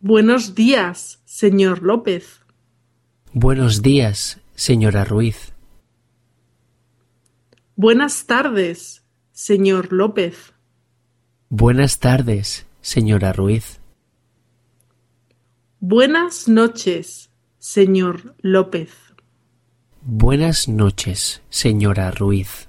Buenos días, señor López. Buenos días, señora Ruiz. Buenas tardes, señor López. Buenas tardes, señora Ruiz. Buenas noches, señor López. Buenas noches, señora Ruiz.